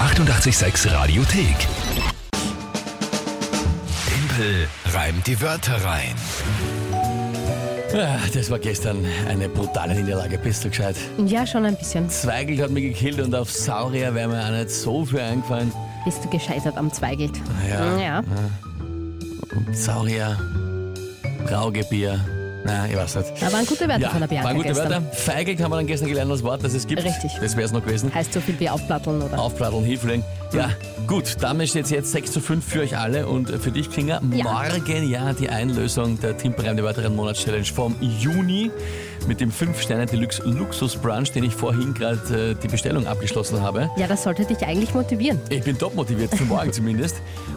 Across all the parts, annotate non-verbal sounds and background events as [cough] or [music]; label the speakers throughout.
Speaker 1: 886 Radiothek. Tempel reimt die Wörter rein.
Speaker 2: Ah, Das war gestern eine brutale Niederlage. Bist du gescheit?
Speaker 3: Ja, schon ein bisschen.
Speaker 2: Zweigelt hat mich gekillt und auf Saurier wäre mir auch nicht so viel eingefallen.
Speaker 3: Bist du gescheitert am Zweigelt?
Speaker 2: Ja.
Speaker 3: ja.
Speaker 2: Saurier, Braugebier. Na, ich weiß nicht.
Speaker 3: Da waren gute Werte
Speaker 2: Ja,
Speaker 3: Also von der Bianca
Speaker 2: waren gute
Speaker 3: gestern.
Speaker 2: Wörter. Feigelt haben wir dann gestern gelernt, das Wort, Ah, das es gibt.
Speaker 3: Richtig.
Speaker 2: Das wäre es noch gewesen.
Speaker 3: Heißt so viel wie aufplatteln, oder?
Speaker 2: Aufplatteln, Hilfling. Ja, gut, damit steht jetzt 6 zu 5 für euch alle und für dich, Klinger.
Speaker 3: Ja.
Speaker 2: Morgen ja die Einlösung der Timperheim der weiteren Monatschallenge vom Juni mit dem 5-Sterne-Deluxe-Luxus-Brunch, den ich vorhin gerade äh, die Bestellung abgeschlossen habe.
Speaker 3: Ja, das sollte dich eigentlich motivieren.
Speaker 2: Ich bin top motiviert für morgen [laughs] zumindest.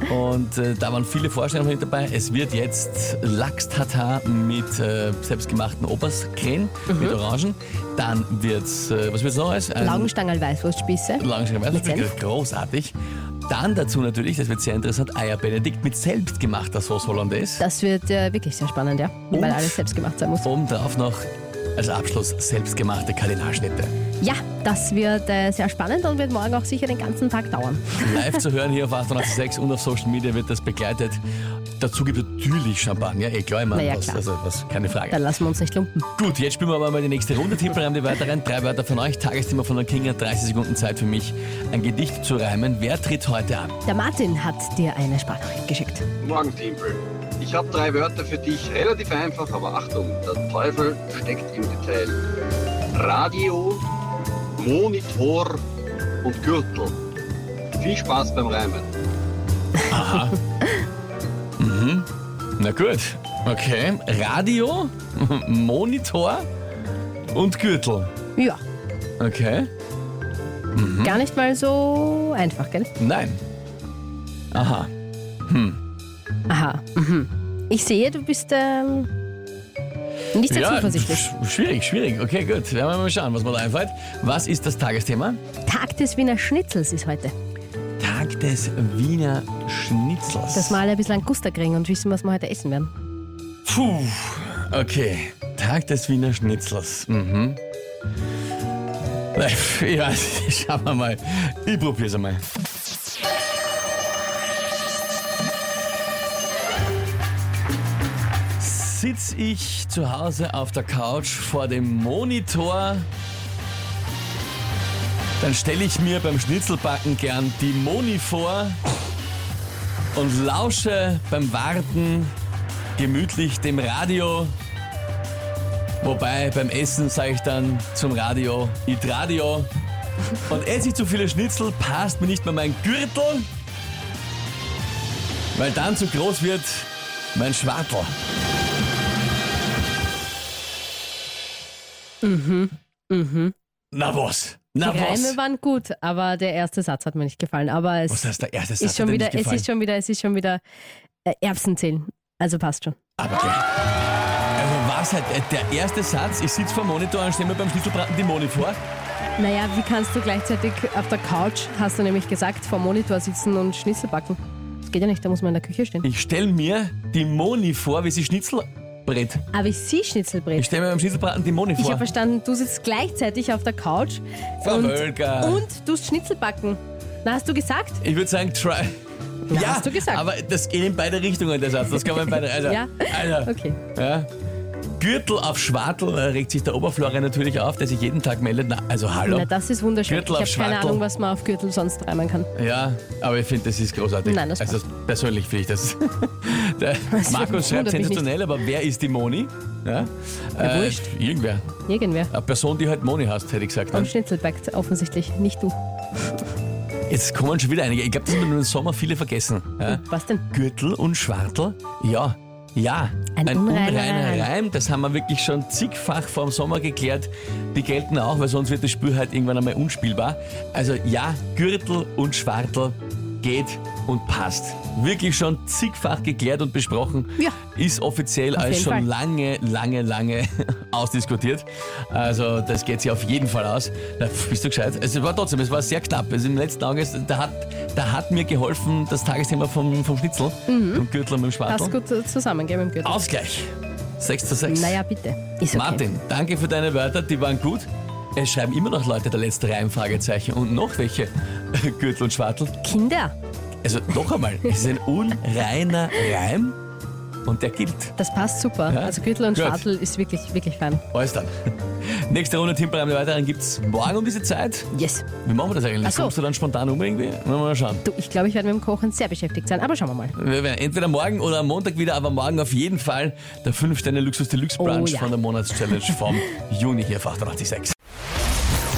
Speaker 2: Und äh, da waren viele Vorstellungen mit dabei. Es wird jetzt Lachs-Tatar mit äh, selbstgemachten Oberscreme
Speaker 3: Mhm.
Speaker 2: mit Orangen. Dann wird's, äh, was wird's noch alles? Ein-
Speaker 3: Laugenstangerl Weißwurstspieße.
Speaker 2: Laugenstangen Weißwurst,
Speaker 3: Mit
Speaker 2: das ist großartig. Dann dazu natürlich, das wird sehr interessant, Eier Benedikt mit selbstgemachter Sauce Hollandaise.
Speaker 3: Das wird äh, wirklich sehr spannend, ja.
Speaker 2: Und?
Speaker 3: Weil alles selbst gemacht sein muss.
Speaker 2: Obendrauf noch als Abschluss selbstgemachte Kardinalschnitte.
Speaker 3: Ja, das wird äh, sehr spannend und wird morgen auch sicher den ganzen Tag dauern.
Speaker 2: Live zu hören hier auf 886 und auf Social Media wird das begleitet. Dazu gibt es natürlich Champagner, eh klar, ich mein,
Speaker 3: Na ja,
Speaker 2: was,
Speaker 3: klar.
Speaker 2: also was, keine
Speaker 3: Dann
Speaker 2: Frage.
Speaker 3: lassen wir uns nicht lumpen.
Speaker 2: Gut, jetzt spielen wir aber mal die nächste Runde. Tippen reimen die Wörter rein. Drei Wörter von euch, Tagesthema von der Kinga, 30 Sekunden Zeit für mich, ein Gedicht zu reimen. Wer tritt heute an?
Speaker 3: Der Martin hat dir eine Sprachnachricht geschickt.
Speaker 4: Morgen, Timpel. Ich habe drei Wörter für dich, relativ einfach, aber Achtung, der Teufel steckt im Detail. Radio, Monitor und Gürtel. Viel Spaß beim Reimen.
Speaker 2: Na gut, okay. Radio, Monitor und Gürtel.
Speaker 3: Ja,
Speaker 2: Okay, Mhm.
Speaker 3: gar nicht mal so einfach, gell?
Speaker 2: nein. Aha,
Speaker 3: Aha. Mhm. Ich sehe, du bist ähm, nicht sehr zuversichtlich.
Speaker 2: sch- schwierig, schwierig. Okay, gut. Werden wir mal schauen, was mir da einfällt. Was ist das Tagesthema?
Speaker 3: Tag des Wiener Schnitzels ist heute.
Speaker 2: Tag des Wiener Schnitzels.
Speaker 3: Dass wir alle ein bisschen einen Guster kriegen und wissen, was wir heute essen werden.
Speaker 2: Puh, okay. Tag des Wiener Schnitzels. Mhm. [laughs] Ja, schauen wir mal. Ich probier's einmal. Sitz ich zu Hause auf der Couch vor dem Monitor, dann stelle ich mir beim Schnitzelbacken gern die Moni vor und lausche beim Warten gemütlich dem Radio. Wobei beim Essen sage ich dann zum Radio, ich Radio. Und esse ich zu viele Schnitzel, passt mir nicht mehr mein Gürtel, weil dann zu groß wird mein Schwartel. Mhm, mhm. Na was? Na
Speaker 3: Die Reime
Speaker 2: was?
Speaker 3: waren gut, aber der erste Satz hat mir nicht gefallen. Aber es
Speaker 2: Was heißt der erste Satz?
Speaker 3: ist schon
Speaker 2: hat dir
Speaker 3: wieder,
Speaker 2: nicht
Speaker 3: es
Speaker 2: gefallen?
Speaker 3: ist schon wieder, es ist schon wieder äh, Erbsen zählen. Also passt schon.
Speaker 2: Aber gleich. Also was halt, äh, der erste Satz, ich sitze vor dem Monitor und stelle mir beim Schnitzelbraten die Moni vor.
Speaker 3: Naja, wie kannst du gleichzeitig auf der Couch, hast du nämlich gesagt, vor Monitor sitzen und Schnitzel backen? Das geht ja nicht, da muss man in der Küche stehen.
Speaker 2: Ich stelle mir die Moni vor, wie sie Schnitzel brät.
Speaker 3: Aber ich sehe Schnitzelbrett.
Speaker 2: Ich stelle mir beim Schnitzelbraten die Moni
Speaker 3: Ich habe
Speaker 2: vor.
Speaker 3: verstanden, du sitzt gleichzeitig auf der Couch und,
Speaker 2: Verwölker.
Speaker 3: und tust Schnitzel backen. Na, hast du gesagt?
Speaker 2: Ich würde sagen, try.
Speaker 3: Na, hast du gesagt.
Speaker 2: aber das geht in beide Richtungen, der Satz. Das kann man in beide... Also,
Speaker 3: Ja.
Speaker 2: also,
Speaker 3: Okay.
Speaker 2: ja. Gürtel auf Schwartel äh, regt sich der Oberflorian natürlich auf, der sich jeden Tag meldet. Na, also hallo.
Speaker 3: Na, das ist wunderschön.
Speaker 2: Gürtel auf
Speaker 3: ich habe keine
Speaker 2: Schwartel.
Speaker 3: Ahnung, was man auf Gürtel sonst reimen kann.
Speaker 2: Ja, aber ich finde, das ist großartig.
Speaker 3: Nein, das
Speaker 2: also persönlich finde ich das.
Speaker 3: [laughs]
Speaker 2: Der Markus schreibt
Speaker 3: wundert mich
Speaker 2: sensationell, aber wer ist die Moni? Ja, Äh,
Speaker 3: Ja, wurscht.
Speaker 2: irgendwer.
Speaker 3: Irgendwer.
Speaker 2: Eine Person, die halt Moni heißt, hätte ich gesagt. Ne?
Speaker 3: Und Schnitzel backt offensichtlich, nicht du.
Speaker 2: Jetzt kommen schon wieder einige. Ich glaube, das haben im Sommer viele vergessen. Ja?
Speaker 3: Was denn?
Speaker 2: Gürtel und Schwartel, ja. Ja,
Speaker 3: Ein unreiner Reim.
Speaker 2: Reim, das haben wir wirklich schon zigfach vor dem Sommer geklärt. Die gelten auch, weil sonst wird das Spiel halt irgendwann einmal unspielbar. Also ja, Gürtel und Schwartel geht und passt. Wirklich schon zigfach geklärt und besprochen.
Speaker 3: Ja.
Speaker 2: Ist offiziell als
Speaker 3: jeden
Speaker 2: schon
Speaker 3: Fall.
Speaker 2: lange, lange, lange [laughs] ausdiskutiert. Also das geht sich auf jeden Fall aus. Na, pf, bist du gescheit? Es war trotzdem, es war sehr knapp. Also im letzten August, da hat, da hat mir geholfen das Tagesthema vom, vom Schnitzel, vom Gürtel und dem Schwartel.
Speaker 3: Passt Mhm. gut äh, zusammen, gell, mit dem Gürtel.
Speaker 2: Ausgleich. 6 zu 6.
Speaker 3: Naja, bitte. Ist okay.
Speaker 2: Martin, danke für deine Wörter, die waren gut. Es schreiben immer noch Leute der letzte Reim, Fragezeichen. Und noch welche [laughs] Gürtel und Schwartel.
Speaker 3: Kinder,
Speaker 2: Also noch einmal, es ist ein unreiner Reim und der gilt.
Speaker 3: das passt super.
Speaker 2: Ja,
Speaker 3: Also Gürtel und
Speaker 2: gut.
Speaker 3: Schwartel ist wirklich, wirklich fein.
Speaker 2: Alles dann. [laughs] Nächste Runde Timpelreim der Weiteren gibt's morgen um diese Zeit.
Speaker 3: Yes.
Speaker 2: Wie machen wir das eigentlich?
Speaker 3: Ach so.
Speaker 2: Kommst du dann spontan um irgendwie? Mal, mal schauen.
Speaker 3: Du, ich glaube, ich werde mit dem Kochen sehr beschäftigt sein, aber schauen wir mal.
Speaker 2: Wir werden entweder morgen oder am Montag wieder, aber morgen auf jeden Fall der 5 Sterne Luxus Deluxe Brunch
Speaker 3: Oh ja.
Speaker 2: von der Monatschallenge vom
Speaker 3: [laughs]
Speaker 2: Juni hier auf 886.